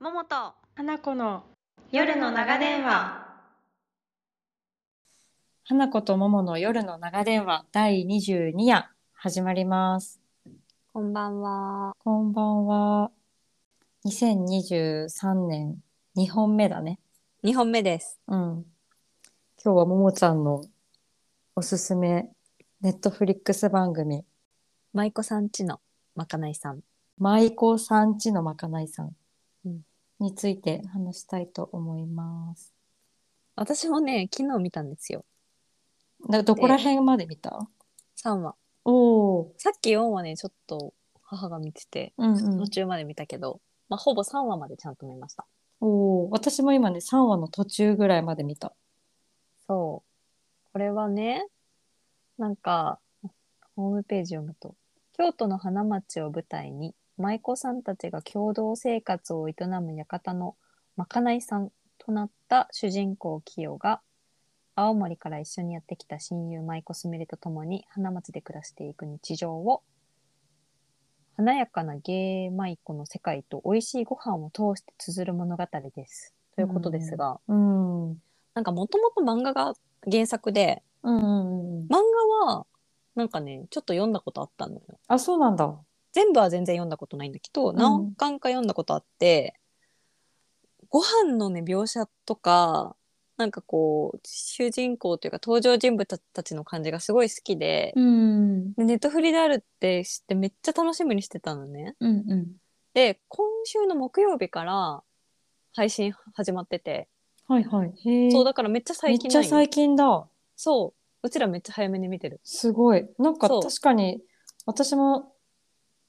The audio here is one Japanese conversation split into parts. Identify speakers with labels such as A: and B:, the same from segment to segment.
A: もと
B: 花子の
A: 夜の長電話
B: 花子と桃の夜の長電話第22夜始まります。
A: こんばんは
B: こんばんは。2023年2本目だね。
A: 2本目です
B: うん。今日は桃ちゃんのおすすめネットフリックス番組
A: 舞妓さんちのまかないさん
B: 舞妓さんちのまかないさん
A: うん
B: について話したいと思います。
A: 私もね昨日見たんですよ
B: だどこら辺まで見た
A: 3話
B: おお。
A: さっき4話ねちょっと母が見てて、
B: うんうん
A: 途。中まで見たけどまあほぼ3話までちゃんと見ました
B: おお。私も今ね3話の途中ぐらいまで見た。
A: そうこれはねなんかホームページ読むと京都の花街を舞台に舞妓さんたちが共同生活を営む館のまかないさんとなった主人公清が青森から一緒にやってきた親友舞妓すみれと共に花街で暮らしていく日常を華やかな芸舞妓の世界と美味しいご飯を通して綴る物語です。ということですが、
B: うん。うん
A: なんかもともと漫画が原作で、
B: うんうん。
A: 漫画はなんかね、ちょっと読んだことあったのよ。
B: あ、そうなんだ。
A: 全部は全然読んだことないんだけど、
B: ん
A: 何巻か読んだことあって、ご飯のね、描写とか、なんかこう、主人公というか登場人物たちの感じがすごい好きで、
B: うん。
A: でネットフリであるって知ってめっちゃ楽しみにしてたのね。
B: うんうん。
A: で、今週の木曜日から配信始まってて、
B: はいはい。へえ。
A: そうだからめっちゃ
B: めっ
A: 最近
B: ち
A: な
B: ゃ
A: んよ
B: 最近だ。
A: そう。うちらめっちゃ早めに見てる。
B: すごい。なんか
A: そう
B: 確かに、私も、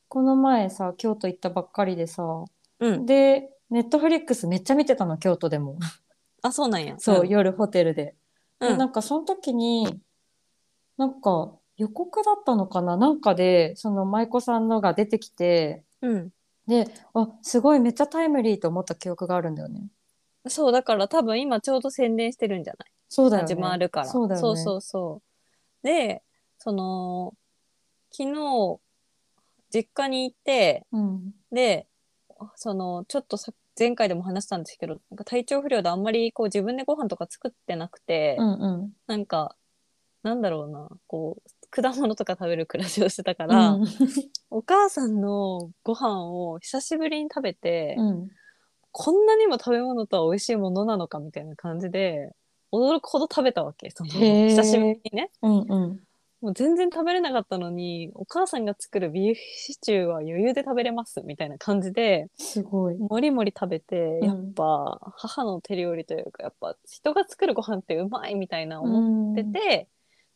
B: この前さ、京都行ったばっかりでさ、
A: うん。
B: で、ネットフリックスめっちゃ見てたの、京都でも。
A: あ、そうなんや。
B: そう、
A: ん
B: 夜ホテルで。
A: う
B: で、
A: ん
B: なんかその時に、なんか予告だったのかななんかで、その舞妓さんのが出てきて、
A: うん。
B: で、あ、すごいめっちゃタイムリーと思った記憶があるんだよね。
A: そう、だから多分今ちょうど宣伝してるんじゃない
B: そうだよね。
A: 始まるから。
B: そうだよね。
A: そうそうそうで、その、昨日、実家に行って、
B: うん。
A: で、その、ちょっとさ前回でも話したんですけど、なんか体調不良であんまりこう自分でご飯とか作ってなくて、
B: うんうん。
A: なんか、なんだろうな、こう、果物とか食べる暮らしをしてたから、
B: うん
A: お母さんのご飯を久しぶりに食べて、
B: うん、
A: こんなにも食べ物とは美味しいものなのかみたいな感じで驚くほど食べたわけその
B: へー
A: 久しぶりにね
B: うんうん。
A: もう全然食べれなかったのにお母さんが作るビーフシチューは余裕で食べれますみたいな感じです
B: ごい。
A: もりもり食べて、
B: ん
A: やっぱ母の手料理というかやっぱ人が作るご飯ってうまいみたいな思
B: 思
A: ってて、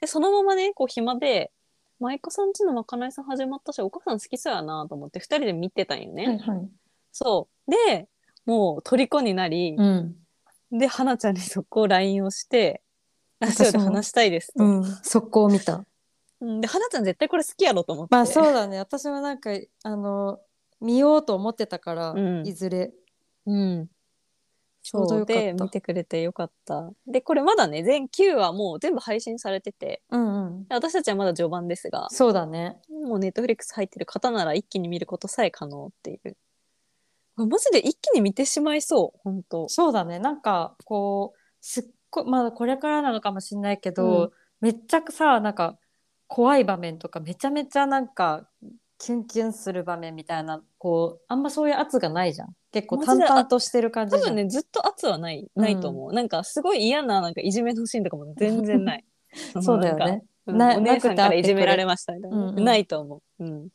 A: でそのままねこう暇で舞妓さんちのまかないさん始まったしお母さん好きそうやなと思って2人で見てたんよね。
B: はいはい。
A: そうでもう虜になり、
B: ん。
A: で、はなちゃんに そこを LINE をして、ラジオで話したいですと。
B: うん。速攻見た。
A: うん、で、はなちゃん絶対これ好きやろと思って。
B: まあそうだね。私もなんか、あの、見ようと思ってたから、
A: うん
B: いずれ。
A: うん。
B: ちょうどよかった
A: で、見てくれてよかった。で、これまだね、全9話もう全部配信されてて、
B: うんうん。
A: で私たちはまだ序盤ですが、
B: そうだね。
A: もうネットフリックス入ってる方なら一気に見ることさえ可能っていう。これマジで一気に見てしまいそう、本当
B: そうだね。なんか、こう、すっごい、まだこれからなのかもしれないけど、
A: うん
B: めっちゃさ、なんか、怖い場面とか、めちゃめちゃなんか、キュンキュンする場面みたいな、こう、あんまそういう圧がないじゃん。結構
A: マジ
B: 淡
A: で
B: 々としてる感じ
A: 多
B: じゃん。
A: 分ね、ずっと圧はない、ないと思う。なんかすごい嫌な、なんかいじめのシーンとかも全 然ない。
B: そうだよ
A: なんか
B: ね。
A: うん
B: な
A: お姉さんからいじめられましたみたいな、
B: うんうん
A: ないと思う、うん、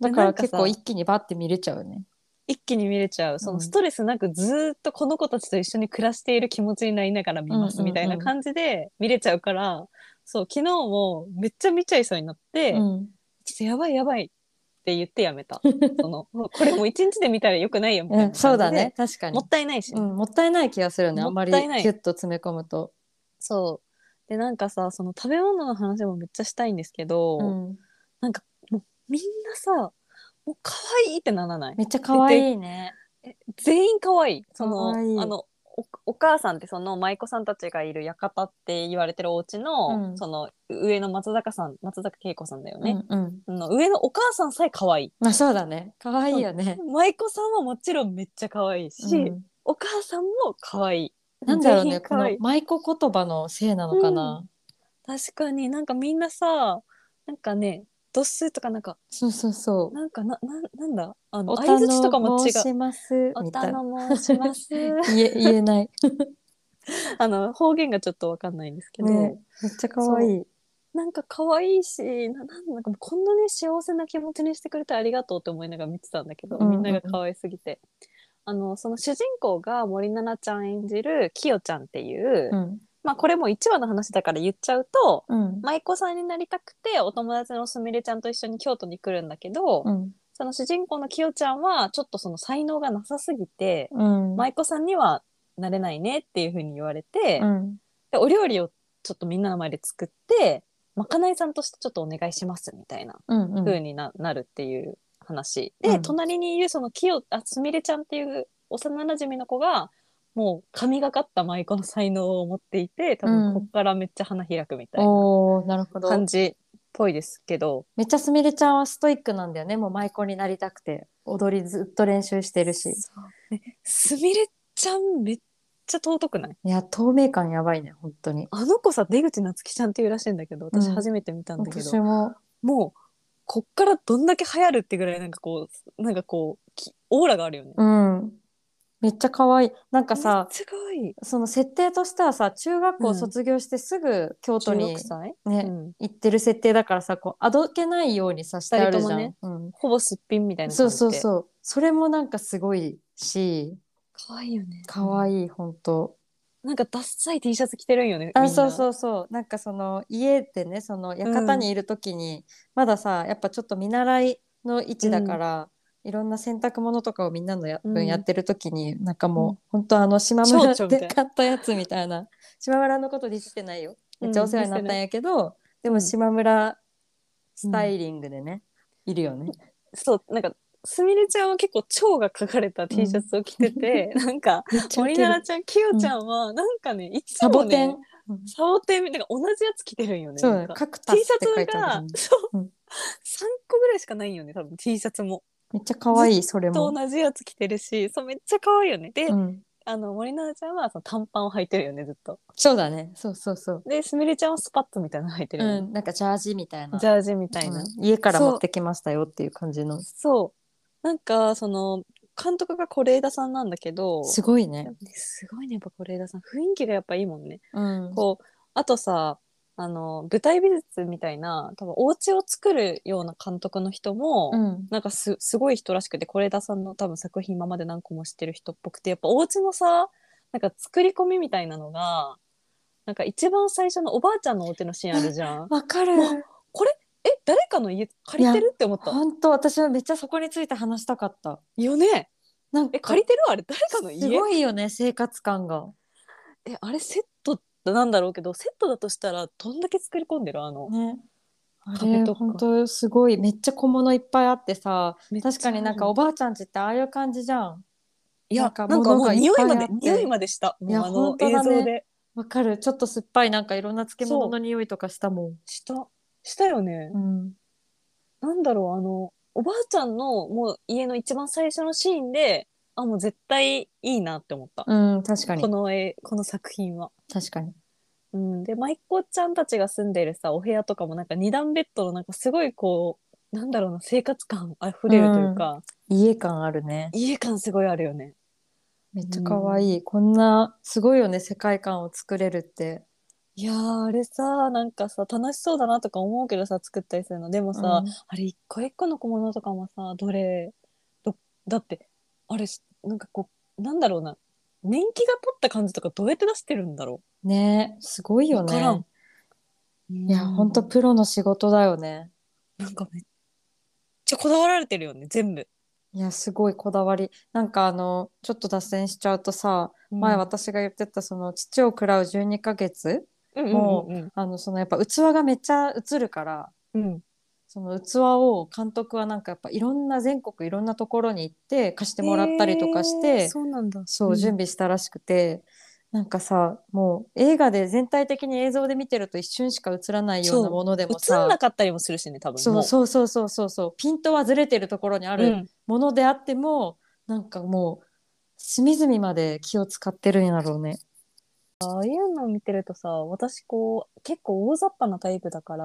B: だから
A: なんかさ
B: 結構一気にバッて見れちゃうよね。
A: 一気に見れちゃうそうの
B: ん
A: ストレスなくずーっとこの子たちと一緒に暮らしている気持ちになりながら見ま
B: うんうんう
A: す
B: ん
A: みたいな感じで見れちゃうから、そう昨日もめっちゃ見ちゃいそうになって、
B: うん、
A: ちょっとやばいやばいって言ってや めたそのこれもう一日で見たらよくないよみたいな
B: うん
A: 感じで
B: そうだね確かに
A: もったいないし、
B: うん、もったいない気がするよねあんまり
A: もったいない
B: ギュッと詰め込むと。
A: そうでなんかさその食べ物の話もめっちゃしたいんですけど、
B: うん、
A: みんなさもう可愛いってならない
B: めっちゃ可愛いね。
A: 全員可愛いその
B: 可愛い
A: あのおお母さんってその舞妓さんたちがいる館って言われてるお家の、
B: うん
A: その上の松坂さん松坂慶子さんだよね、
B: うんうん。
A: の上のお母さんさえ可愛い
B: まあそうだね。可愛いよね。
A: 舞妓さんはもちろんめっちゃ可愛いし、
B: うん
A: お母さんも可愛い
B: なんだろう
A: 全
B: ね、
A: 員
B: こ
A: 可愛
B: の
A: い
B: 舞妓言葉のせいなのかな。
A: 確かになんかみんなさなんかね度数とかなんか
B: そうそうそう。
A: なんかなななんだあの
B: お
A: 相
B: た
A: 槌とか
B: の
A: も違
B: 申し
A: う
B: ます。
A: お
B: みた
A: た
B: いな。
A: の申します
B: 言え、言え ない。
A: あの方言がちょっとわかんないんですけど、
B: ねめっちゃ可愛い。
A: なんか可愛いしななんなんかもうこんなね幸せな気持ちにしてくれてありがとうって思いながら見てたんだけど、
B: うんうん
A: みんなが可愛すぎてあのその主人公が森七菜ちゃん演じるきよちゃんっていう、
B: うん。
A: まあこれも1話の話だから言っちゃうと
B: うん。
A: 舞妓さんになりたくてお友達のすみれちゃんと一緒に京都に来るんだけど、
B: うん。
A: その主人公のきよちゃんはちょっとその才能がなさすぎて、
B: うん。
A: 舞妓さんにはなれないねっていうふうに言われて、
B: うん。
A: でお料理をちょっとみんなの前で作ってまかないさんとしてちょっとお願いしますみたいな
B: うん。うん。
A: 風にな,、なるっていう話で、
B: うん
A: 隣にいるそのきよあすみれちゃんっていう幼なじみの子がもう神がかった舞妓の才能を持っていて多
B: うん
A: 分ここからめっちゃ花開くみたいな
B: おー、なるほど。
A: 感じっぽいですけど、
B: めっちゃすみれちゃんはストイックなんだよね。もう舞妓になりたくて。踊りずっと練習してるし。
A: すみれちゃんめっちゃ尊くない
B: いや、透明感やばいね、本当に。
A: あの子さ出口夏希ちゃんっていうらしいんだけど私
B: うん
A: 初めて見たんだけど、
B: 私も。
A: もうこっからどんだけ流行るってぐらいなんかこうなんかこうきオーラがあるよね。
B: うん。めっちゃ可愛い。なんかさ、
A: すごい。
B: その設定としてはさ中学校卒業してすぐ京都に
A: 16、歳、
B: ね
A: うん
B: 行ってる設定だからさこうあどけないようにさしてあるじゃん、
A: 二人
B: うん
A: ほぼすっぴんみたいな
B: そ
A: 感
B: う
A: じで。
B: そうそうそれもなんかすごいし
A: 可愛いよね。
B: 可
A: い
B: 愛い本当、
A: なんかダッサい T シャツ着てるんよね。。
B: あそうそううそうなんかその家でねその館にいる時に、まださやっぱちょっと見習いの位置だから、いろんな洗濯物とかをみんなのや,、
A: うん
B: やってる時になんかもう、
A: うん
B: 本当あの島村
A: 蝶々みた
B: で
A: い
B: 買ったやつみたいな島村のことディスってないよめっちゃお世話になったんやけど、でも島村スタイリングでね、いるよね。
A: そうなんかすみれちゃんは結構蝶が描かれた T シャツを着て て、なんか森奈々ちゃん、きよちゃんはなんかね、いつ
B: サ
A: も
B: ボテ
A: ね
B: ン、。うん
A: サボテンみたいな同じやつ着てるんよね。
B: そう
A: な
B: だ
A: ん
B: ね
A: か
B: カクタス
A: T
B: っ
A: シャ
B: て書い
A: ツ
B: てあ
A: が
B: る、
A: そう、
B: うん
A: 3個ぐらいしかないんよね、多分 T シャツも。
B: めっちゃ可愛いそれ
A: と
B: も。
A: 同じやつ着てるし、そうめっちゃ可愛いよね。で、
B: うん、
A: あの森奈々ちゃんはその短パンを履いてるよねずっと。
B: そうだねそうそうそう。
A: でスミレちゃんはスパッツみたいなの履いてるよ
B: う
A: ね、
B: ん、なんかジャージみたいな。
A: ジャージみたいな。
B: うん家から持ってきましたよっていう感じの。
A: そうなんかその監督が是枝さんなんだけど
B: すごい
A: や
B: ね
A: っ。ぱねすごいねやっぱ是枝さん雰囲気がやっぱいいもんね。
B: うん。
A: こうあとさあの舞台美術みたいな多分お家を作るような監督の人も、
B: うん。
A: なんかすすごい人らしくて是枝さんの多分作品今まで何個も知ってる人っぽくてやっぱお家のさなんか作り込みみたいなのがなんか一番最初のおばあちゃんのお家のシーンあるじゃん
B: わかる。
A: え誰かの家借りてるって思った
B: 本当私はめっちゃそこについて話したかった。
A: よね
B: なんか
A: え借りてるあれ誰かの
B: す
A: 家
B: ごいよね生活感が。
A: えあれセットなんだろうけどセットだとしたらどんだけ作り込んでるあの、
B: ね。あれ
A: 壁とか
B: 本当すごいめっちゃ小物いっぱいあってさ
A: めっちゃある
B: 確かになんかおばあちゃんちってああいう感じじゃん
A: いや
B: な
A: なん
B: か
A: んかも
B: 物が
A: う
B: いっ
A: 匂
B: ぱ
A: い
B: いあ
A: ま
B: って
A: で匂いまでしたもう
B: いや
A: あ
B: 本
A: の
B: 当
A: 映
B: だね
A: 像で
B: わかるちょっと酸っぱいなんかいろんな漬物の匂いとかしたもん
A: したしたよね、
B: うん
A: なんだろう、あの、おばあちゃんのもう家の一番最初のシーンで、あ、もう絶対いいなって思った。
B: うん確かに
A: この絵、この作品は。
B: 確かに
A: うん。で、舞妓ちゃんたちが住んでるさ、お部屋とかもなんか二段ベッドのなんかすごいこう、なんだろうな、生活感あふれるというか、
B: 家感あるね
A: 家感すごいあるよね。
B: めっちゃ可愛い、こんなすごいよね世界観を作れるって
A: いやー、あれさ、なんかさ、楽しそうだなとか思うけどさ、作ったりするの。でもさ、
B: うん
A: あれ一個一個の小物とかもさどれどだってあれなんかこうなんだろうな年季が取った感じとかどうやって出してるんだろ
B: ねすごいよ
A: わから
B: ね
A: んうい
B: いやほんとプロの仕事だよね
A: なんかめっちゃこだわられてるよね全部、
B: いやすごいこだわりなんかあのちょっと脱線しちゃうとさ、前私が言ってたその父を食らう12ヶ月
A: うん
B: も
A: うん
B: あのそのやっぱ器がめっちゃ映るから
A: うんうん
B: その器を監督はなんかやっぱいろんな全国いろんなところに行って貸してもらったりとかして、
A: えーそうなんだ
B: そう準備したらしくて、なんかさもう映画で全体的に映像で見てると一瞬しか映らないよう
A: そ
B: な
A: う
B: ものでも
A: 映ん
B: さ
A: なかったりもするしね多分
B: そ
A: も
B: うそうそうそうそうそうピントはずれてるところにあ
A: う
B: る
A: ん
B: ものであっても、なんかもう隅々まで気を使ってるんやろうね。
A: ああいうのを見てるとさ私こう結構大雑把なタイプだから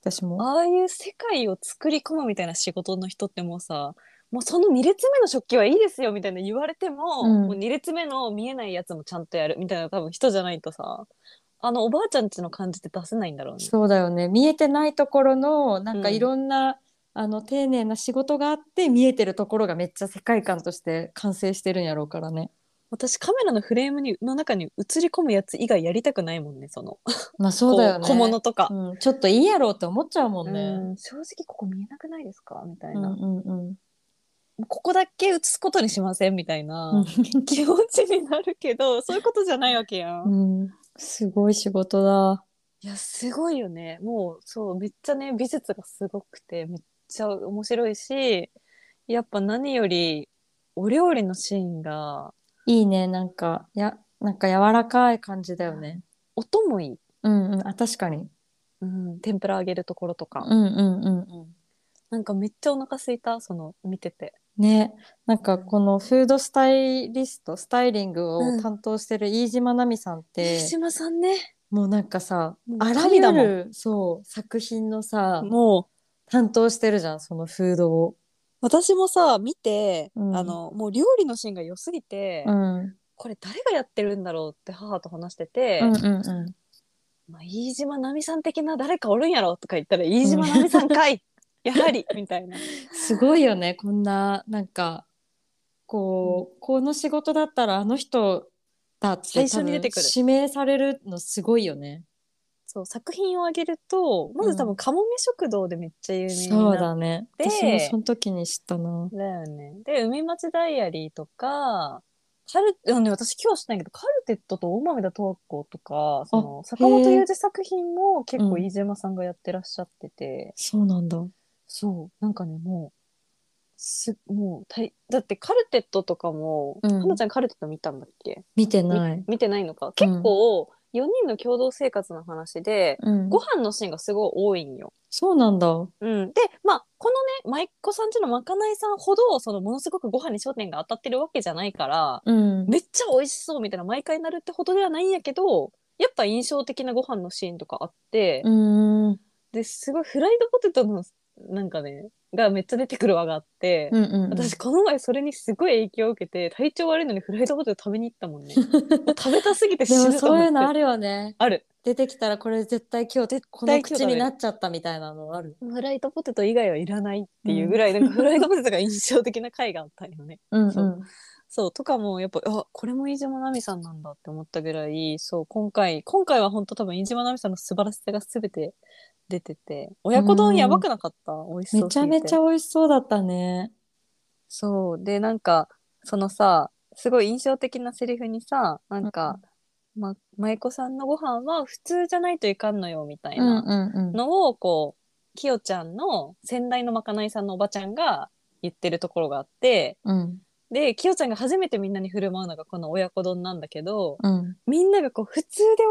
B: 私も
A: ああいう世界を作り込むみたいな仕事の人ってもうさもうその2列目の食器はいいですよみたいな言われても,、
B: うん
A: もう2列目の見えないやつもちゃんとやるみたいな多分人じゃないとさあのおばあちゃんちの感じって出せないんだろうね。
B: そうだよね見えてないところのなんか
A: うん
B: いろんな、あの丁寧な仕事があって見えてるところがめっちゃ世界観として完成してるんやろうからね。
A: 私カメラのフレームにの中に映り込むやつ以外やりたくないもんねその
B: まあそうだよ
A: こ
B: ね。
A: う小物とか、
B: うん、ちょっといいやろうって思っちゃうもんね。
A: うん正直ここ見えなくないですかみたい
B: うん
A: な、
B: うんうん
A: ここだけ映すことにしませんみたいな気持ちになるけどそういうことじゃないわけやん。
B: うん、すごい仕事だ。
A: いや、すごいよね。もう、そう、めっちゃね、美術がすごくて、めっちゃ面白いし、やっぱ何より、お料理のシーンが、
B: いいねなんかやなんか柔らかい感じだよね。
A: 音もいい。
B: うんうんあ確かに。
A: うん、天ぷら揚げるところとか。
B: うんうんうんうん。
A: なんかめっちゃお腹空いた、その、見てて。
B: ねなんかこのフードスタイリストスタイリングを担当してる飯島奈美さんって、
A: 飯島さんね、
B: もうなんかさ
A: もう
B: あらゆ
A: 神だも
B: るそう作品のさ
A: もう、
B: 担当してるじゃんそのフードを。
A: 私もさ、見て、
B: うん
A: あの、もう料理のシーンが良すぎて、
B: うん、うん
A: これ誰がやってるんだろうって母と話してて、
B: うんうん
A: まあ、飯島奈美さん的な誰かおるんやろとか言ったら、飯島奈美さん かいやはりみたいな。
B: すごいよねこんななんかこう、この仕事だったらあの人だって
A: 最初に出てくる
B: 多分指名されるのすごいよね。
A: そう作品をあげるとまず多
B: う
A: 分
B: ん
A: かもめ食堂でめっちゃ有名に
B: そう
A: な
B: だ
A: っ
B: ね。
A: で
B: 私もその時に知ったな。
A: たよね。で「海町ダイアリー」とかカルあのね私今日知ったんやけどカルテットと大豆田十和子とかその坂本
B: へえ
A: 龍二作品も結構
B: うん
A: 飯島さんがやってらっしゃってて、
B: そうなんだ。
A: そうなんかねもうすもうたいだってカルテットとかも、
B: うん
A: 花ちゃんカルテット見たんだっけ
B: 見てない。
A: 見てないのか結構4人の共同生活の話で、
B: うん。
A: ご飯のシーンがすごい多いんよ。
B: そうなんだ。
A: うん、でまあこのね舞妓さんちのまかないさんほどそのものすごくご飯に焦点が当たってるわけじゃないから
B: うん。
A: めっちゃ美味しそうみたいな毎回なるってほどではないんやけどやっぱ印象的なご飯のシーンとかあって、
B: うん。うん
A: ですごいフライドポテトのなんかねがめっちゃ出てくる輪があって、
B: うん。
A: 私この前それにすごい影響を受けて体調悪いのにフライドポテト食べに行ったも んねもう食べたすぎて死
B: でも
A: ぬと思
B: そ
A: っ
B: う
A: て
B: いうのある
A: る
B: よね。
A: ある
B: 出てきたらこれ絶対今日こ
A: 対
B: の
A: 今日
B: 口
A: だね
B: になっちゃったみたいなのある。
A: フライドポテト以外はいらないっていうぐらい、なんかフライドポテトが印象的な回があったよね
B: うん
A: そ そうとかもやっぱあこれも飯島奈美さんなんだって思ったぐらいそう今回今回は本当多分飯島奈美さんの素晴らしさが全て出てて親子丼やばくなかった美味しそう
B: めちゃめちゃ
A: ゃ
B: 美味しそうだったね。
A: そうでなんかそのさすごい印象的なセリフにさなんか、ま、舞妓さんのご飯は普通じゃないといかんのよみたいな
B: うん
A: のをこうきよちゃんの先代のまかないさんのおばちゃんが言ってるところがあって
B: うん。
A: できよちゃんが初めてみんなに振る舞うのがこの親子丼なんだけど
B: うん。
A: みんながこう普通で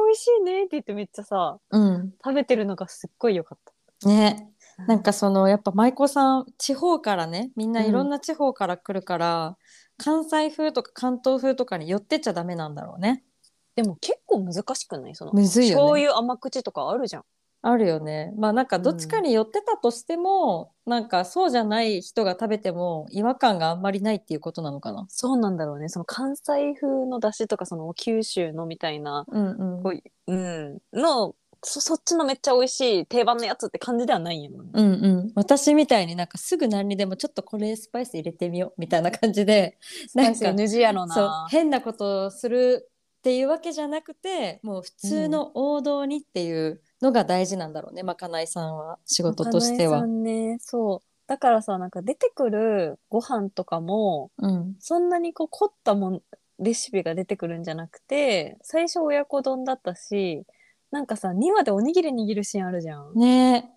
A: 美味しいねって言ってめっちゃさ
B: うん。
A: 食べてるのがすっごい良かった。
B: ね
A: うん
B: なんかそのやっぱ舞妓さん地方からねみんな
A: うん
B: いろんな地方から来るから、関西風とか関東風とかに寄ってっちゃダメなんだろうね
A: でも結構難しくないその、
B: むずいよ
A: 醤
B: ね
A: 油甘口とかあるじゃん。
B: あるよねまあなんかどっちかに寄ってたとしても、なんかそうじゃない人が食べても違和感があんまりないっていうことなのかな
A: そうなんだろうねその関西風の出汁とかその九州のみたいな、
B: うんうん
A: こううん、のそそっちのめっちゃ美味しい定番のやつって感じではないんやもんね。
B: うんうん、私みたいになんかすぐ何にでもちょっとこれスパイス入れてみようみたいな感じでなんか
A: NG やろう
B: そう
A: な。
B: 変なことをするっていうわけじゃなくてもう普通の王道にっていうのが大事なんだろうね、まかないさんは仕事として
A: まか
B: は
A: な。いさんね、そう。だからさ、なんか出てくるご飯とかも、
B: うん
A: そんなにこう凝ったもん、レシピが出てくるんじゃなくて、最初親子丼だったし、なんかさ、2話でおにぎり握るシーンあるじゃん。
B: ね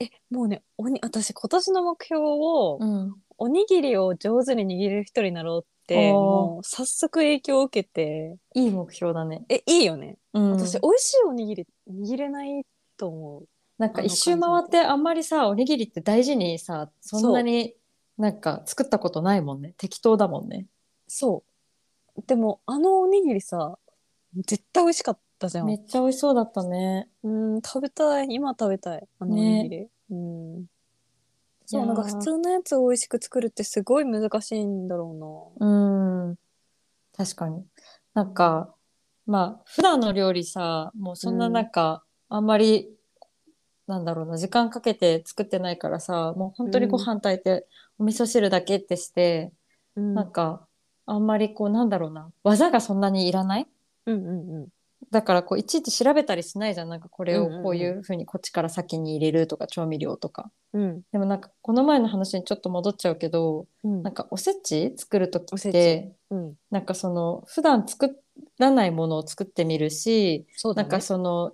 A: え、もうね、おに、私今年の目標を
B: え、、うん、
A: おにぎりを上手に握れる人になろうて、
B: あー
A: もう早速影響を受けて、
B: いい目標だね。
A: え、いいよね。
B: うん、
A: 私、美味しいおにぎり握れないと思う。
B: なんか一周回ってあんまりさおにぎりって大事にさそんなになんか作ったことないもんね適当だもんね
A: そう。でも、あのおにぎりさ、絶対美味しかったじゃん。
B: めっちゃ美味しそうだったね
A: うん、食べたい。今食べたい。あのおにぎり。うん。そ、
B: いうや
A: な
B: ー
A: んか普通のやつを美味しく作るってすごい難しいんだろう
B: うん確かになんかまあ普段の料理さもうそんななんか、あんまりなんだろうな時間かけて作ってないからさもう本当にご飯炊いて、お味噌汁だけってして、
A: な。うん
B: なんかあんまりこうなんだろうな技がそんなにいらない
A: うんうんうん。
B: だからこういちいち調べたりしないじゃんなんかこれ
A: うんうんうん
B: をこういうふうにこっちから先に入れるとか調味料とか
A: うん。
B: でもなんかこの前の話にちょっと戻っちゃうけど
A: うん
B: なんかおせち作る時
A: おせ
B: っ
A: ち
B: て
A: うん。
B: なんかその普段作らないものを作ってみるし、
A: そうだ
B: なん
A: ね。
B: かその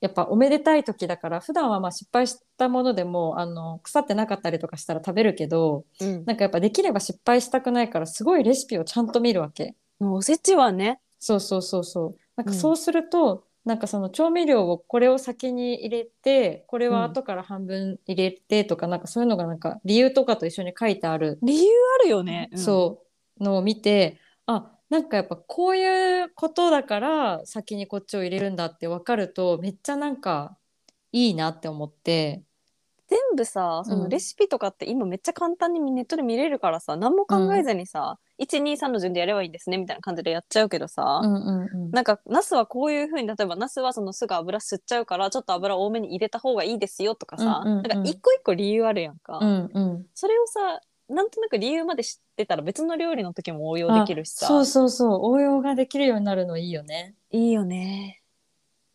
B: やっぱおめでたい時だから普段はまあ失敗したものでもあの腐ってなかったりとかしたら食べるけど
A: うん
B: なんかやっぱできれば失敗したくないからすごいレシピをちゃんと見るわけ。
A: おせちはね、
B: そうそうそうそう。なんか
A: うん
B: そうすると、なんかその調味料をこれを先に入れて、これ
A: うん
B: は後から半分入れてとか、なんかそういうのがなんか理由とかと一緒に書いてある、
A: 理由あるよね。
B: そうのを見て、あ、なんかやっぱこういうことだから先にこっちを入れるんだって分かると、めっちゃなんかいいなって思って。
A: 全部さ、そうの
B: ん
A: レシピとかって今めっちゃ簡単にネットで見れるからさ、何も考えずにさ、123の順でやればいいんですねみたいな感じでやっちゃうけどさ、
B: うんうんうん。
A: なんか、ナスはこういう風に、例えばナスはそのすぐ油吸っちゃうから、ちょっと油多めに入れた方がいいですよとかさ、
B: うんうんうん
A: なんか一個一個理由あるやんか。
B: うんうん。
A: それをさ、なんとなく理由まで知ってたら別の料理の時も応用できるしさ。
B: そうそうそう。応用ができるようになるのいいよね。
A: いいよね。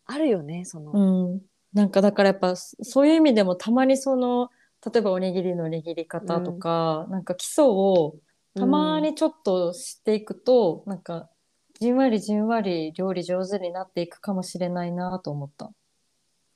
A: あるよね、その。
B: うん、なんかだからやっぱそそういう意味でもたまにその例えばおにぎりの握り方とか、なんか基礎をたまにちょっと知っていくと、なんかじんわりじんわり料理上手になっていくかもしれないなと思った。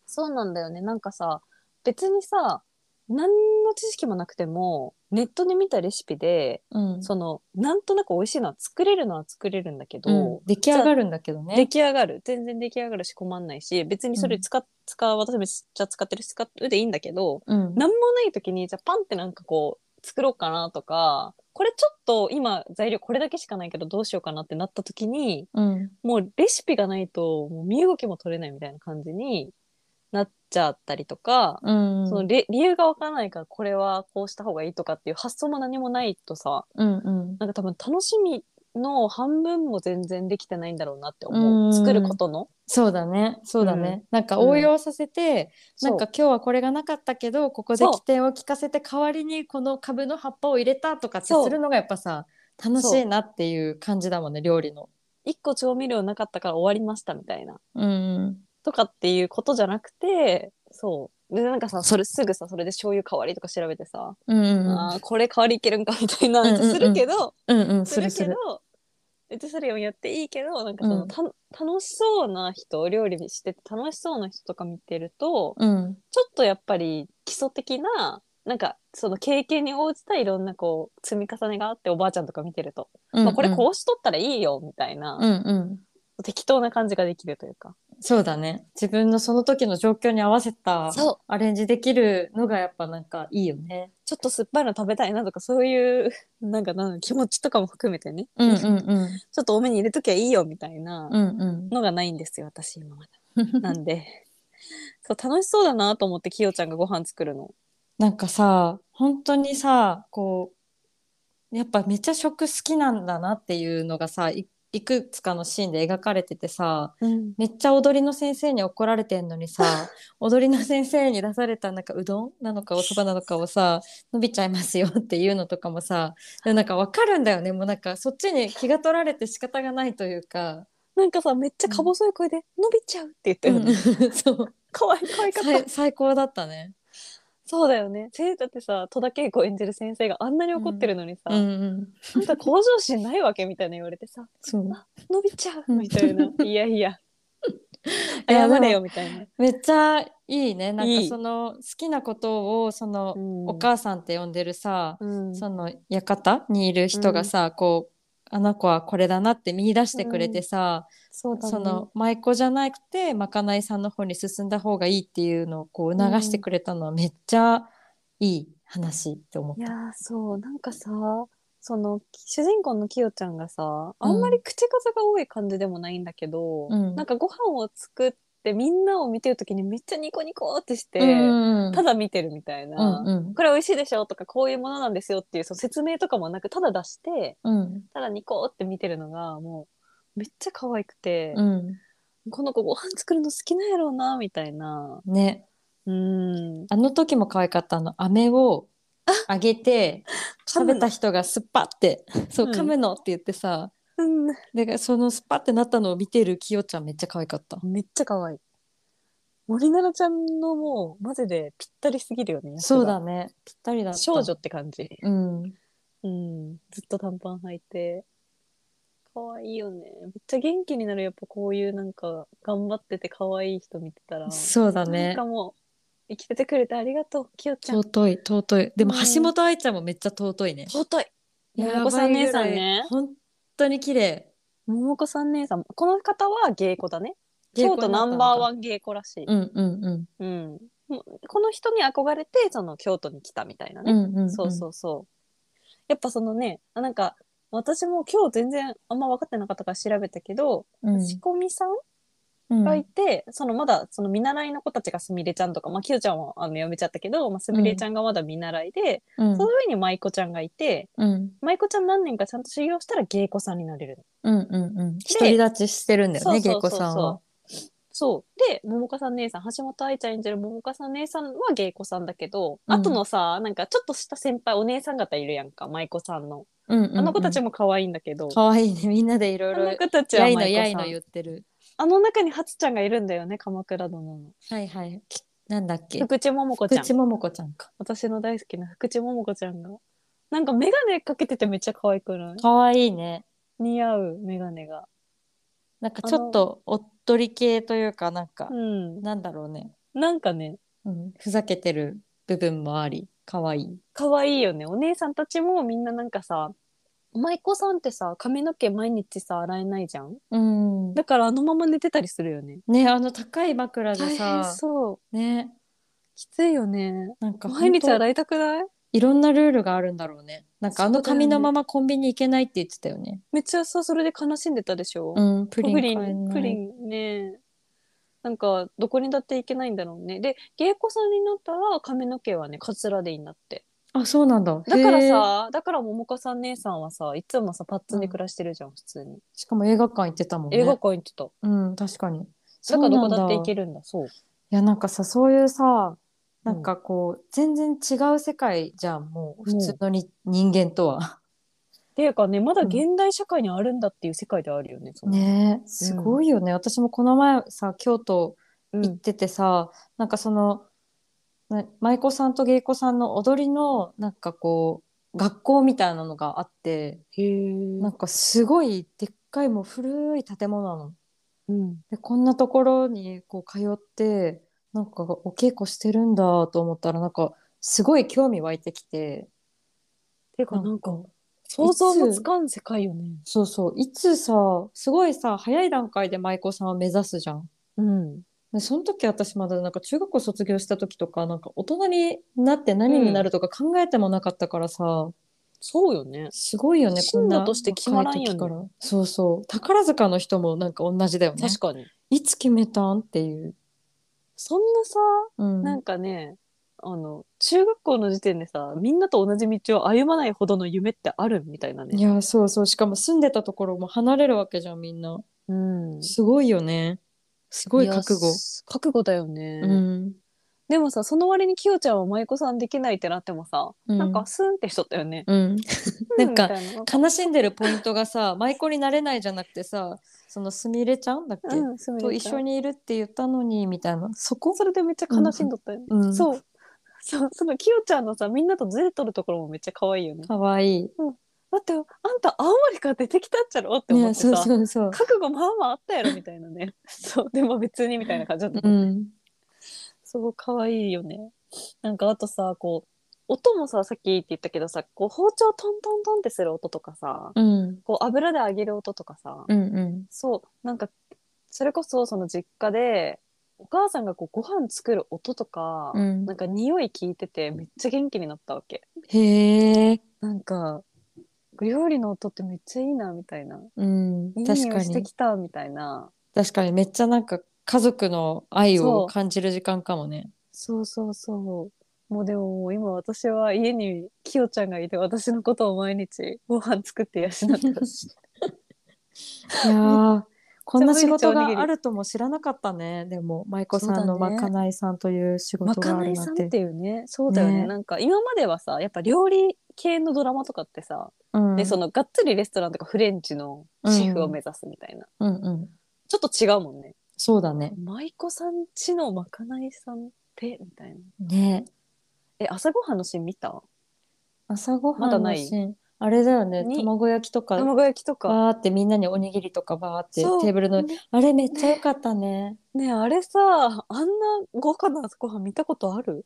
A: そうなんだよね。なんかさ、別にさ、何の知識もなくても、ネットで見たレシピで、
B: うん、
A: その、なんとなく美味しいのは作れるのは作れるんだけど、
B: うん出来上がるんだけどね。
A: 出来上がる。全然出来上がるし困んないし、別にそれ使っ、使う、私めっちゃ使ってるし、使うでいいんだけど、
B: うん、
A: なんもない時に、じゃあパンってなんかこう、作ろうかなとか、これちょっと今材料これだけしかないけどどうしようかなってなった時に、
B: うん、
A: もうレシピがないともう身動きも取れないみたいな感じになっちゃったりとか、
B: うん、
A: そのれ理由がわからないからこれはこうした方がいいとかっていう発想も何もないとさ
B: うん、うん、
A: なんか多分楽しみの半分も全然できてないんだろうなって思
B: う
A: う、
B: ん
A: 作ることの。
B: そうだね、そうだね。なんか応用させて、なんか今日はこれがなかったけどここで
A: そう
B: 起点を聞かせて代わりにこの株の葉っぱを入れたとかって
A: そう
B: するのがやっぱさ楽しいなっていう感じだもんね料理の。
A: 1個調味料なかったから終わりましたみたいな
B: うん、
A: とかっていうことじゃなくてそうでなんかさそれすぐさそれで醤油代わりとか調べてさ、
B: うん
A: あーこれ代わりいけるんかみたいな
B: うんうんうん
A: するけど、
B: うんうん
A: す
B: す
A: る
B: る
A: け
B: す
A: ど
B: る。
A: 別にそれをやっていいけどなんかその、
B: うん
A: た楽しそうな人料理してて楽しそうな人とか見てると
B: うん
A: ちょっとやっぱり基礎的ななんかその経験に応じたいろんなこう積み重ねがあっておばあちゃんとか見てると、まあ、これこうしとったらいいよみたいな、
B: うんうん、うんうん、
A: 適当な感じができるというか
B: そうだね自分のその時の状況に合わせた
A: そう
B: アレンジできるのがやっぱなんかいいよね。
A: ちょっと酸っぱいの食べたいなとかそういう なんかなんか気持ちとかも含めてね、
B: うんうん
A: ち
B: うん
A: ょっと多めに入れときゃいいよみたいな
B: うんうん。
A: のがないんですよ私今まで。なんで。 そう楽しそうだなと思ってきよちゃんがご飯作るの。
B: なんかさ本当にさこうやっぱめっちゃ食好きなんだなっていうのがさいいくつかのシーンで描かれててさ
A: うん、
B: めっちゃ踊りの先生に怒られてんのに さ踊りの先生に出されたなんかうどんなのかおそばなのかをさ伸びちゃいますよっていうのとかもさでもなんかわかるんだよねもうなんかそっちに気が取られて仕方がないというか、
A: なんかさめっちゃか細い声で「伸びちゃう」って言ってる の、
B: そう
A: かわいい可愛かった
B: 最最高だったね。
A: そうだよね生徒ってさ戸田恵子演じる先生があんなに怒ってるのにさ、
B: うんうん、
A: あんた向上心ないわけみたいな言われてさ
B: そう
A: 「伸びちゃう」
B: うん
A: みたいな「いやいや
B: い
A: 謝
B: や
A: れよ」みたいな。
B: めっちゃいいねなん
A: い
B: か
A: い
B: その好きなことをその、
A: うん
B: お母さんって呼んでるさ、
A: うん
B: その館にいる人がさ、こうあの子はこれだなって見出してくれてさ、
A: そうだね。
B: その舞妓じゃなくてまかないさんの方に進んだ方がいいっていうのをこう促してくれたのはめっちゃいい話って思っ
A: いや
B: た。
A: ーそうなんかさその主人公のきよちゃんがさあんまり口数が多い感じでもないんだけど、
B: うん
A: なんかご飯を作ってみんなを見てる時にめっちゃニコニコってして、
B: うんうん
A: ただ見てるみたいな、
B: うん
A: これ美味しいでしょとかこういうものなんですよっていうその説明とかもなくただ出して
B: うん
A: ただニコって見てるのがもうめっちゃ可愛くて、
B: うん
A: この子ご飯作るの好きなんやろうなみたいな
B: ね
A: うん
B: あの時も可愛かったあの飴をあげて
A: 噛
B: 食
A: むの
B: べた人がスッパってそう
A: うん
B: 噛むのって言ってさ、
A: うん
B: でそのスッパってなったのを見てるきよちゃんめっちゃ可愛かった。
A: めっちゃ可愛い。森奈々ちゃんのもうマジでぴったりすぎるよね。
B: そうだねぴったりだ
A: 役が
B: った。
A: 少女って感じ。
B: うん
A: うん。ずっと短パン履いて。可愛いよね。めっちゃ元気になる。やっぱこういうなんか頑張ってて可愛い人見てたら。
B: そうだ
A: なん
B: ね
A: かもう生きててくれてありがとう、きよちゃん。
B: 尊い尊いでも
A: うん
B: 橋本愛ちゃんもめっちゃ尊いね
A: 尊い。桃子さん姉さんね。
B: 本当に綺麗
A: 桃子さん姉さん。この方は芸子だね。京都ナンバーワ
B: ン
A: ン芸子らしい。
B: うんうんうん
A: うん。もうこの人に憧れて、その京都に来たみたいなね。
B: うんうんうん
A: そうそうそう。やっぱそのね、あなんか私も今日全然あんま分かってなかったから調べたけど、
B: うん
A: 仕込みさん
B: うん
A: がいて、そのまだその見習いの子たちがすみれちゃんとか、まあ、きよちゃんはあの辞めちゃったけど、まあ、すみれちゃんがまだ見習いで、
B: うん
A: その上に舞子ちゃんがいて、
B: うん
A: 舞子ちゃん何年かちゃんと修行したら芸子さんになれる
B: うんうんうん独り立ちしてるんだよね
A: そう
B: 芸
A: そうそう
B: 子
A: そう
B: さんは
A: そう。で、桃子さん姉さん、橋本愛ちゃん演じる桃子さん姉さんは芸子さんだけど、
B: うん
A: 後のさ、なんかちょっとした先輩、お姉さん方いるやんか、舞子さんの。
B: うんうんうん
A: あの子たちも可愛いんだけど、
B: 可愛いねみんなでいろい
A: あの
B: ろ
A: 子たちは
B: やいの
A: 舞子さん。
B: やいの言ってる
A: あの中にハツちゃんがいるんだよね、鎌倉殿の。
B: はいはいきなんだっけ
A: 福地桃子ちゃ
B: 福
A: ん
B: 地。桃子ちゃんか
A: 私の大好きな福地桃子ちゃんが。なんかメガネかけててめっちゃ可愛くない
B: 可愛いね
A: 似合うメガネが。
B: なんかちょっとおっとり系というかなんか
A: うん。
B: なんだろうね
A: なんかね、
B: うんふざけてる部分もあり可愛い
A: 可愛いよね。お姉さんたちもみんななんかさ、舞妓さんってさ、髪の毛毎日さ、洗えないじゃん
B: うん
A: だからあのまま寝てたりするよね。
B: ねあの高い枕で
A: 大変
B: さ
A: そう。
B: ね
A: きついよね。
B: なんか
A: 毎日
B: 本当
A: 洗いたくない
B: いろんなルールがあるんだろうねなんかあ
A: そ
B: の
A: うだよね
B: 紙のままコンビニ行けないって言ってたよね
A: めっちゃさ、それで悲しんでたでしょ
B: うんプリン
A: プリ
B: 買え
A: ン
B: ない
A: プリンねなんかどこにだっていけないんだろうねで芸妓さんになったら髪の毛はねカツラでいいんだって
B: あそうなんだ
A: だから
B: へー
A: さだから桃香さん姉さんはさいつもさパッツンで暮らしてるじゃん、普通に
B: しかも映画館行ってたもんね
A: 映画館行ってただ
B: うん確かに
A: からどこだって行
B: る
A: けるんだそう
B: いやなんかさそういうさなんかこう、全然違う世界じゃんもう普通のに、人間とは。
A: っていうかねまだ現代社会にあるんだっていう世界ではあるよねその
B: ねえすごいよね、私もこの前さ京都
A: うん
B: 行っててさ、なんかそのな舞妓さんと芸妓さんの踊りのなんかこう学校みたいなのがあって
A: へえ
B: なんかすごいでっかいもう古い建物なの。
A: うん
B: でこんなところにこう通ってなんかお稽古してるんだと思ったらなんかすごい興味湧いてきて
A: ていうかなんか想像もつかん世界よね
B: そうそういつさすごいさ早い段階で舞妓さんを目指すじゃん。
A: うん
B: でその時私まだなんか中学校卒業した時とかなんか大人になって何になるとか考えてもなかったからさ、
A: そうよね
B: すごいよね
A: 進路として決まらんよね
B: 若い時からそうそう宝塚の人もなんか同じだよね
A: 確かに
B: いつ決めたんっていう、
A: そんなさ
B: うん、
A: なんかね、あの、中学校の時点でさ、みんなと同じ道を歩まないほどの夢ってあるみたいないね。
B: やそうそうしかも住んでたところも離れるわけじゃんみんな
A: うん。す
B: すごいよねすごい覚悟。
A: 覚悟だよね。
B: うん、
A: でもさ、その割にきよちゃんは舞妓さんできないってなってもさ、
B: うん
A: なんかスンってしとったよね。
B: うん、なんか
A: うみたいな、
B: 悲しんでるポイントがさ 舞妓になれないじゃなくてさそのすみれちゃんだっけ、
A: うん、すみれちゃ
B: と
A: ん
B: 一緒。にいるって言ったのにみたいなそこ
A: それでめっちゃ悲しんどったよね。
B: うん
A: そう。そう、そのきよちゃんのさ、みんなとずれとるところもめっちゃ可愛いよね。
B: かわいい。
A: だって、あんた青森から出てきたっちゃろって思っ
B: ね、
A: てさ、
B: そうそうそう。
A: 覚悟まあまああったやろみたいなね。 そう、でも別にみたいな感じだった
B: うん。
A: すごい可愛いよね。なんかあとさ、こう、音もささっきって言ったけどさこう包丁トントントンってする音とかさ
B: うん。
A: こう油で揚げる音とかさ、
B: うんうん。
A: そうなんかそれこそその実家でお母さんがこうご飯作る音とか、
B: うん
A: なんか匂い聞いててめっちゃ元気になったわけ
B: へえ。
A: なんか料理の音ってめっちゃいいなみたいな
B: うん。
A: いい匂い
B: 確か
A: して
B: に。
A: きたみたいな
B: 確かに。めっちゃなんか家族の愛
A: そ
B: を
A: う
B: 感じる時間かも ね。
A: そうそうそうもうでももう今私は家にきよちゃんがいて私のことを毎日ご飯作って 養ってほしい
B: いやー。こんな仕事
A: めっちゃおにぎり
B: があるとも知らなかったね。でも、舞子さんの
A: そうだね
B: まかないさんという仕
A: ま
B: 事
A: か
B: があ
A: な
B: る
A: い
B: な
A: さ
B: ん。
A: んってていうねそうだよね
B: ね
A: なんか今まではさやっぱ料理系のドラマとかってさ、
B: うん
A: でそのがっつりレストランとかフレンチのシェフを目指すみたいな、
B: うんうん。
A: ちょっと違うもんね
B: そうだね。
A: 舞妓さんちのまかないさんってみたいな
B: ね
A: え朝ごはんのシーン見た
B: 朝ご
A: ま
B: は
A: だ
B: ん
A: な
B: の
A: い
B: シーン。あれだよね。
A: に
B: 卵焼きとか、
A: 卵焼きとか
B: バーってみんなにおにぎりとかバーってテ
A: そう
B: ーブルの。
A: ね
B: あれめっちゃ良かったね。
A: ねあれさあんな豪華な朝ごはん見たことあ る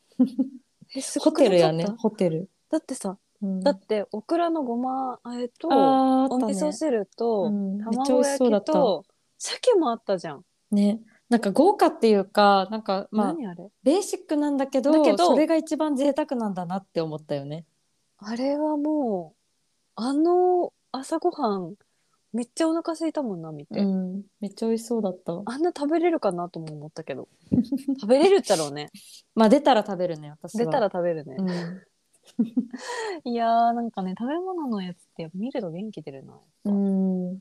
A: えす
B: ホ
A: ごく
B: テ
A: なか
B: ル
A: った
B: やね、ホテル。
A: だってさ、
B: うん
A: だってオクラのごまあえと
B: あーあ
A: お
B: った
A: 味噌
B: ね。
A: 汁と、
B: うんめっちゃ美
A: 卵
B: 味しそうだっ
A: 焼き
B: た
A: と鮭もあったじゃん、
B: ね。なんか豪華っていうか、なんかまあ
A: 何あれ
B: ベーシックなんだけど、
A: だけど
B: それが一番贅沢なんだなって思ったよね。
A: あれはもうあの朝ごはんめっちゃお腹空いたもんな見て、
B: うん、めっちゃ美味しそうだった。
A: あんな食べれるかなとも思った けど食べれるっちゃろうね
B: まあ出たら食べるね、私は。
A: 出たら食 べるね、いやーなんかね食べ物のやつって見ると元気出るな、
B: うん。うん。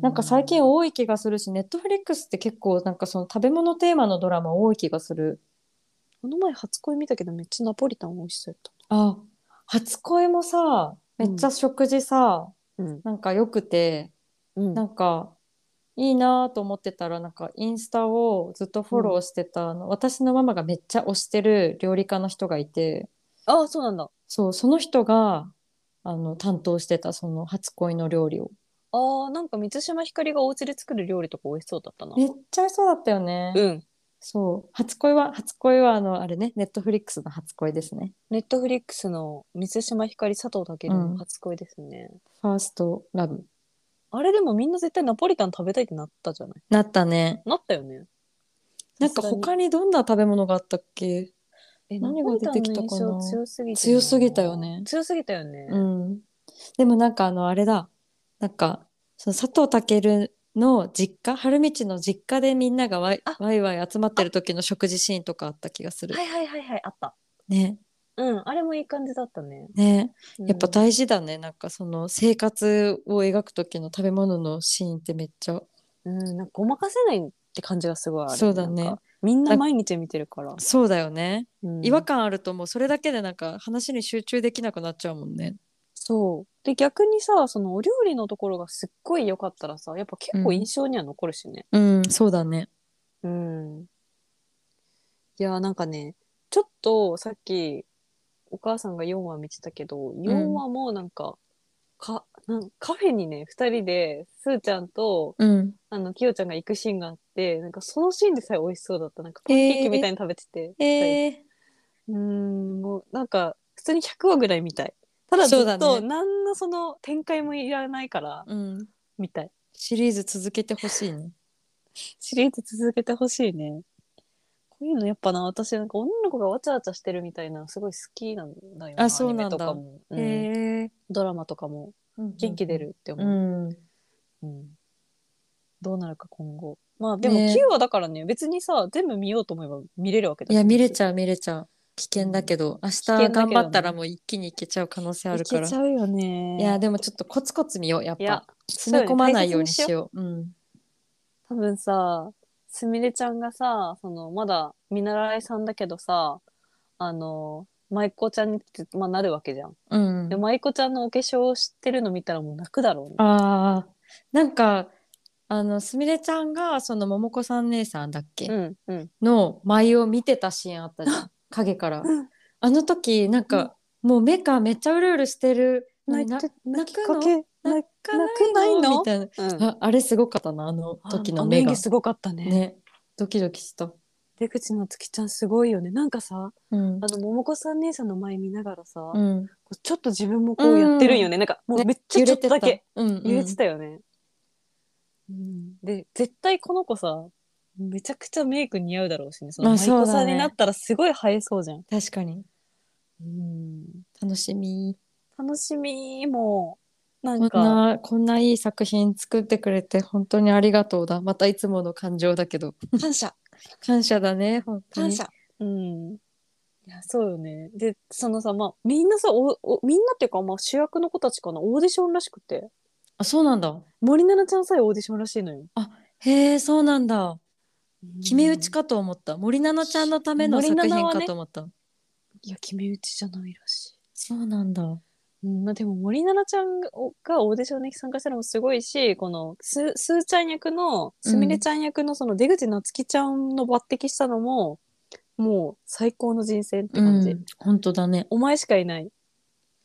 B: なんか最近
A: うん
B: 多い気がするし、ネットフリックスって結構なんかその食べ物テーマのドラマ多い気がする。
A: この前初恋見たけどめっちゃナポリタン美味しそうやっ
B: あ、初恋もさ、めっちゃ食事さ、
A: たうん
B: なんか良くて、
A: うん
B: なんかいいなと思ってたらなんかインスタをずっとフォローしてた、あの私のママがめっちゃ推してる料理家の人がいて
A: あそうなんだ
B: そうその人があの担当してたその初恋の料理を
A: あーなんか満島ひかりがお家で作る料理とか美味しそうだったな
B: めっちゃ美味しそうだったよね、
A: うん
B: そう初恋は初恋はあのあれねネットフリックスの初恋ですね
A: ネットフリックスの満島ひかり佐藤健の初恋ですね、
B: ファーストラブ
A: あれでもみんな絶対ナポリタン食べたいってなったじゃない
B: なったね
A: なったよね
B: なんか
A: さすがに
B: 他にどんな食べ物があったっけ
A: え
B: 何が出てきたかな
A: ナポリタンの印象強すぎて
B: 強すぎたよね
A: 強すぎたよね、
B: うん。でもなんかあのあれだ。なんかその佐藤健の実家、春道の実家でみんながワイ
A: あ
B: ワイワイ集まってる時の食事シーンとかあった気がする
A: は。いはいはいはいあった
B: ね。
A: うんあれもいい感じだったね、
B: ね。
A: うん
B: やっぱ大事だね。なんかその生活を描く時の食べ物のシーンってめっちゃ。
A: うんなんかごまかせないって感じがすごいある
B: そうだね
A: なんかみんな毎日見てるから、
B: そうだよね。
A: うん
B: 違和感あるともうそれだけでなんか話に集中できなくなっちゃうもんね。
A: そうで逆にさそのお料理のところがすっごい良かったらさやっぱ結構
B: うん
A: 印象には残るしね
B: うん、そうだね。
A: うん、いやーなんかねちょっとさっきお母さんが4話見てたけど4話もなんか,、かなんカフェにね2人ですーちゃんと
B: うん。
A: あのきよちゃんが行くシーンがあってなんかそのシーンでさえ美味しそうだったなんかパンケーキみたいに食べてて、
B: えー、
A: うーんもうなんか普通に100話ぐらい見たいただず
B: そう
A: っ
B: だ
A: と、
B: ね
A: 何のその展開もいらないから
B: うん。
A: 見たい
B: シリーズ続けてほしいね。
A: シリーズ続けてほしいねこういうのやっぱな私なんか女の子がわちゃわちゃしてるみたいなのすごい好きなんだよな
B: あそうなんだ
A: アニメとかも、うん
B: へえ。
A: ドラマとかも元気出るって
B: う
A: 思う、
B: ん。
A: うんどうなるか今後まあでも
B: ね
A: 9話だからね別にさ全部見ようと思えば見れるわけだ
B: いや、見れち
A: ゃ
B: ゃう、見れちゃう。危険だけど、明日
A: 険だけど
B: 頑
A: ね
B: 張ったらもう一気にいけちゃう可能性あ
A: い
B: るか
A: け
B: ら。
A: ち
B: い
A: ゃうよね
B: や、でもちょっとコツコツ見よう、やっ
A: いや
B: ぱ。詰め込まないようにしよう。うん。
A: 多分さすみれちゃんがさそのまだ見習いさんだけどさあの舞妓ちゃんに、まあ、なるわけじゃん。
B: うん
A: で。舞妓ちゃんのお化粧を知ってるの見たらもう泣くだろうね。
B: ああ、なんか、あの、すみれちゃんが、その、桃子さん姉さんだっけ、
A: うんうん、
B: の舞を見てたシーンあったじゃん。影から
A: うん。
B: あの時、なんか、もう目がめっちゃうるうるしてる。
A: 泣
B: な
A: く
B: 泣
A: 泣
B: く
A: き
B: の
A: かけ
B: 泣
A: 泣
B: かない
A: 泣くないの
B: みたいな。
A: うん
B: ああれすごかったなあの時の
A: あ
B: 目が
A: あ演技すごかったね
B: ねドキドキした
A: 出口のつきちゃんすごいよねなんかさ
B: うん
A: あの桃子さん姉さんの前見ながらさ、
B: う
A: こ
B: ん、
A: うちょっと自分もこうやってるんよね、なんかもうめっちゃちょっとだけ
B: 揺れてた、うんうん
A: 揺れてたよね、うん、で絶対この子さめちゃくちゃメイク似合うだろうしねその
B: ま
A: 舞
B: あそうだね
A: 妓さんになったらすごい映えそうじゃん、
B: 確かに
A: うん、
B: 楽しみ
A: 楽しみもうな
B: こん
A: んか
B: なこんないい作品作ってくれて本当にありがとうだまたいつもの感情だけど
A: 感謝
B: 感謝だね本当に
A: 感謝うんいやそうよねでそのさまあみんなさおおみんなっていうか、まあ、主役の子たちかなオーディションらしくて
B: あそうなんだ
A: 森七菜ちゃんさえオーディションらしいのよ
B: へえそうなんだ決め打ちかと思った森七菜ちゃんのための
A: 森
B: 作
A: 七菜
B: 品
A: はね
B: かと思った、
A: いや決め打ちじゃないらしい
B: そうなんだ
A: うん、まあでも森七菜ちゃんががオーディションに参加したのもすごいし、このす、すーちゃん役の、すみれちゃん役のその出口夏希ちゃんの抜擢したのも、もう最高の人選って
B: う
A: 感じ。
B: ん本当だね
A: お前しかいない。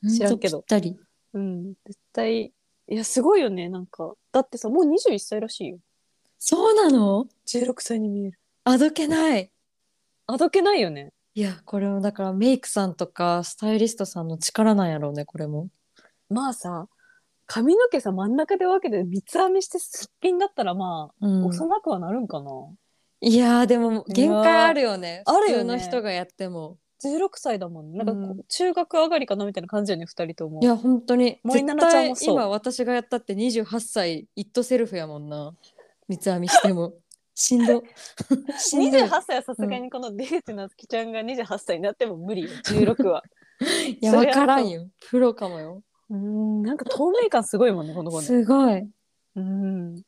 A: 知らんけど
B: ほとぴったり
A: うん、絶対。いや、すごいよね、なんか。だってさ、もう21歳らしいよ。
B: そうなの
A: 16歳に見える。
B: あどけない
A: あどけないよね。
B: いやこれもだからメイクさんとかスタイリストさんの力なんやろうねこれも
A: まあさ、髪の毛さ、真ん中で分けて三つ編みしてすっぴんだったら、ま
B: う
A: あ、
B: ん
A: 幼くはなるんかな。
B: いやーでも限界あるよね。
A: いやーあるよね
B: 普通の人がやっても。
A: 16歳だもんね。なんかこう
B: う
A: 中学上がりかなみたいな感じよね、二人とも。
B: いや本当に
A: 森
B: 絶
A: 七菜ちゃん
B: 対
A: もそう
B: 今私がやったって28歳イットセルフやもんな。三つ編みしても しん ど。しんどい
A: 28歳はさすがにこの出口夏希ちゃんが28歳になっても無理 よ、16は。
B: いや
A: そ
B: わ
A: れはそ
B: か
A: う
B: らんよ。プロかもよ。
A: うん、なんか透明感すごいもんね、この子ね。
B: すごい
A: うん。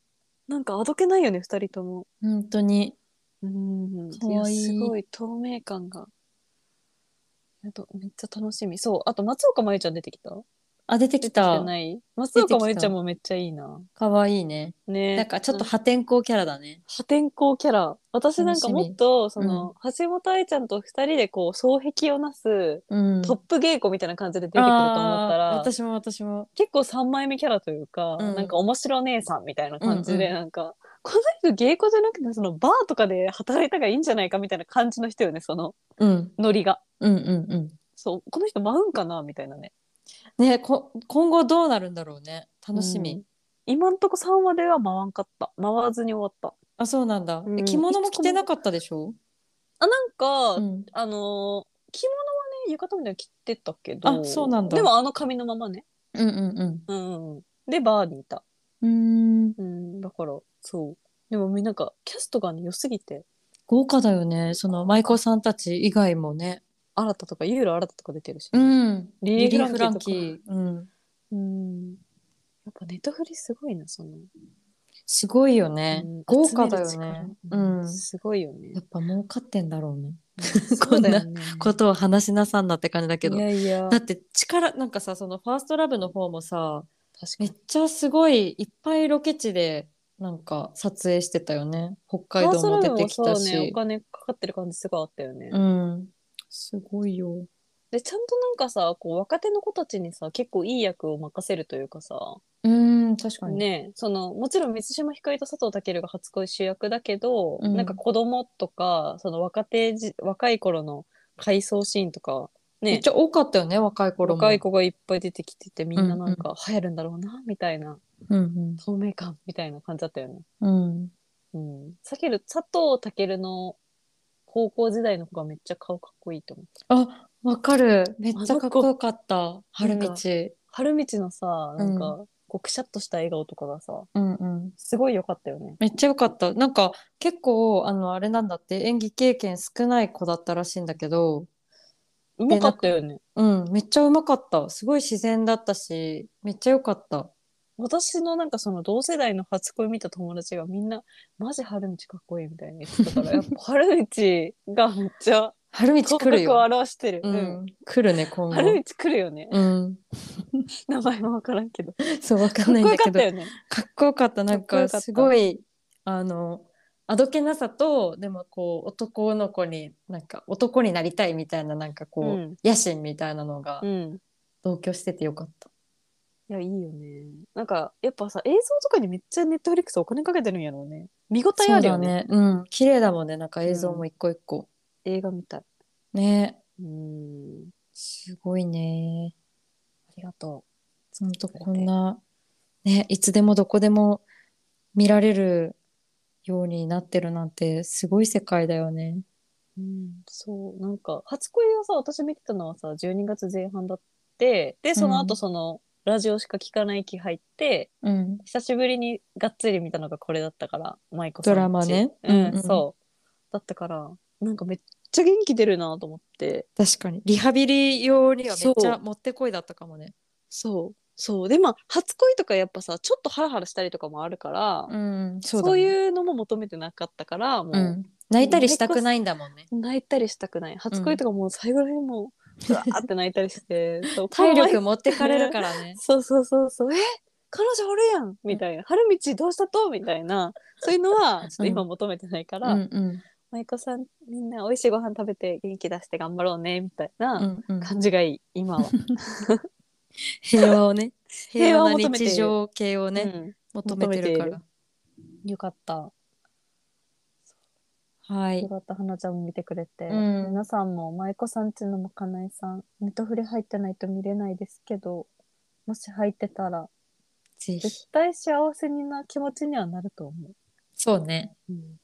A: なんかあどけないよね、二人とも。
B: 本当に。
A: うん。
B: かわいい
A: やすごい透明感が。あと、めっちゃ楽しみ。そう。あと、松岡真優ちゃん出てきた
B: あ出てき
A: 出てきて
B: た。
A: ない松岡真優ちゃんもめっちゃいいな。
B: 可愛いね。
A: ね
B: なんかちょっと破天荒キャラだね。
A: 破天荒キャラ私なんかもっとそ
B: み
A: の、橋本愛ちゃんと2人でこう双璧をなす
B: うん。
A: トップ稽古みたいな感じで出てくると思った
B: あー
A: ら、
B: 私も私も。
A: 結構3枚目キャラというか、
B: うん
A: なんか面白姉さんみたいな感じで、
B: うん
A: なんかこの人稽古じゃなくてそのバーとかで働いた方がいいんじゃないかみたいな感じの人よねその
B: うん
A: ノリが。
B: うんうんうん。
A: そうこの人舞うんかなみたいなね
B: ねこ今後どうなるんだろうね。楽しみ。
A: うん今んとこ3話では回んかった回わずに終わっ
B: あ、そうなんだ。
A: うん
B: え着物も着てなかったでしょ。
A: たあなんか、
B: うん。
A: あのー着物はね浴衣みたいなの着てたけど
B: あそうなんだ
A: でもあの髪のままね
B: うんうん
A: うんうんでバーにいた
B: うん。うん。
A: うんだからそうでもみんななんかキャストがね良すぎて
B: 豪華だよね。その舞妓さんたち以外もね。
A: 新たとかユーロ新たとか出てるし、
B: ん。
A: リ
B: リ
A: リ
B: リ
A: ー
B: ー・
A: フ
B: フ
A: ラ
B: ラ
A: ン
B: ン
A: キ
B: キ
A: ー
B: ー。うん。
A: うん、やっぱネットフリすごいなその、
B: すごいよね
A: うん。
B: 豪華だ
A: 集
B: よ
A: める
B: ね。う
A: 力
B: ん。
A: すごいよね
B: やっぱ儲かってんだろうね。
A: そうだよね
B: ことを話しなさんなって感じだけど
A: い。やいや
B: だって力なんかさそのファーストラブの方もさ
A: 確か
B: めっ
A: に
B: ちゃすごいいっぱいロケ地でなんか撮影してたよね北海道も出てきた
A: ファーストラブもそうね
B: し
A: お金かかってる感じすごいあったよね、
B: うんすごいよ
A: でちゃんとなんかさこう若手の子たちにさ結構いい役を任せるというかさ、
B: うん確かに
A: ねえそのもちろん満島ひかりと佐藤健が初恋主役だけど、
B: うん
A: なんか子供とかその若手じ若い頃の回想シーンとか
B: めっ
A: ね
B: ちゃ多かったよね若い頃も
A: 若い子がいっぱい出てきててみんななんか流行るんだろうなみたいな、
B: うん
A: 透明感みたいな感じだったよね。
B: うんうん
A: うん、さける佐藤健の高校時代の子がめっちゃ顔かっこいいと思う。
B: あわかるめっちゃかっこよかった春道
A: 春道のさなんか、こうくしゃっとした笑顔とかがさ
B: うんうん
A: すごい良かったよね。
B: めっちゃよかったなんか結構あのあれなんだって演技経験少ない子だったらしいんだけど
A: うまかったよね。
B: うんめっちゃうまかったすごい自然だったしめっちゃよかった
A: 私のなんかその同世代の初恋見た友達がみんなマジ春道かっこいいみたいに言ってた からやっぱ春道がめっちゃ
B: 春道
A: 感
B: 来る
A: 覚を
B: よ、
A: 表してる、
B: う
A: うん
B: ん、来るね今
A: 春
B: 後
A: 道来るよね
B: うん
A: 名前もわからんけどかっ
B: そうわか
A: こ
B: んないん
A: よ
B: だ
A: か
B: け
A: っ
B: ど
A: たよね
B: かっこよかったなん
A: かっこよ
B: か
A: かった
B: すごいあのあどけなさとでもこう男の子になんか男になりたいみたいななんかこう、
A: うん
B: 野心みたいなのが
A: うん
B: 同居しててよかった、
A: いや、いいよね。なんか、やっぱさ、映像とかにめっちゃネットフリックスお金かけてるんやろうね。見応え
B: そ
A: あ
B: う
A: るよ
B: だ
A: ね。
B: ね。うん。綺麗だもんね。なんか映像も一個一個。
A: 映画みたい。
B: ね
A: うん。
B: すごいね。
A: ありがと
B: ほんとこんな、ね、いつでもどこでも見られるようになってるなんてすごい世界だよね。
A: う。うん、そう。なんか、初恋をさ、私見てたのはさ、12月前半だって、で、その
B: う
A: 後
B: ん
A: その、ラジオしか聞かない気入って、
B: うん。
A: 久しぶりにがっつり見たのがこれだったから、舞子さん
B: ドラマね。
A: ちうん、
B: うん
A: そう。だったから、なんかめっちゃ元気出るなと思って。
B: 確かに。リハビリ用にはめっち
A: そう
B: ゃもってこいだったかもね。
A: そう。そう。で、まあ、初恋とかやっぱさ、ちょっとハラハラしたりとかもあるから、
B: うん。そ
A: そうう
B: だね
A: いうのも求めてなかったから、も
B: う
A: う、
B: ん。泣いたりしたくないんだもんね。
A: 泣いたりしたくない。初恋とかもう最後らへん もう、ふわーって泣いたりして、そ
B: 体
A: う可愛
B: 力
A: い
B: 持ってかれるからね。
A: そうそうそうそう、え彼女おるやんみたいな、春道どうしたとみたいな、そう いうのは、ちょっと今求めてないか
B: う
A: ら、
B: んうん
A: 舞子さんみんな美味しいご飯食べて元気出して頑張ろうねみたいうなん
B: うん。
A: 感じがいい今は、
B: 平和をね。 平
A: 平和を
B: 和な
A: 求めてる
B: 日常系をね、
A: ね、
B: 求めてるから。
C: よかった。
B: は
C: よ
B: い。
C: かった、花ちゃんも見てくれて。
B: うん
C: 皆さんも、舞子さんちのまかないさん、ネトフレ入ってないと見れないですけど、もし入ってたら、
B: ぜひ。
C: 絶対幸せにな気持ちにはなると思う。
B: そうね。
A: うん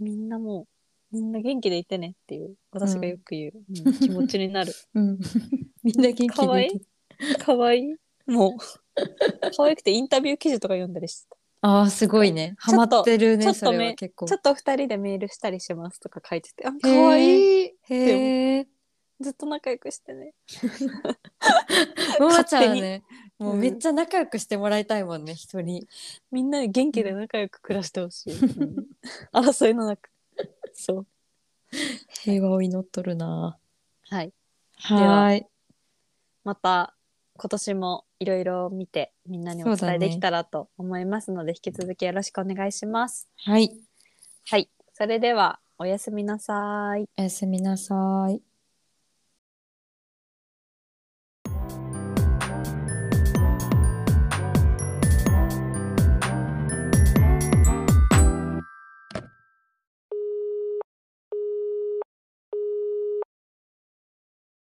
A: みんなもうみんな元気でいてねっていう私がよく言う、うん気持ちになる
B: うん。 みんな元気でいて。
A: かわいい可愛い もう可愛くてインタビュー記事とか読んだりして
B: ああ、すごいね。ハマってるね、
A: ちょっと
B: それは
A: め
B: 結構
A: たちょ。っと二人でメールしたりしますとか書いててあ可
B: へー
A: 愛い
B: へえ。
A: ずっと仲良くしてね
B: ももちゃんは
A: 勝
B: ね、もうめっちゃ仲良くしてもらいたいもんね、人に。
A: みんなで元気で仲良く暮らしてほしい、うん争いの中そう
B: 平和を祈っとるな。
A: はいは
B: はーい。
A: また今年もいろいろ見てみんなにお
B: そう
A: 伝
B: だ
A: え
B: ね
A: できたらと思いますので、引き続きよろしくお願いします。
B: はい。
A: はい、それではおやすみなさい。
B: おやすみなさい。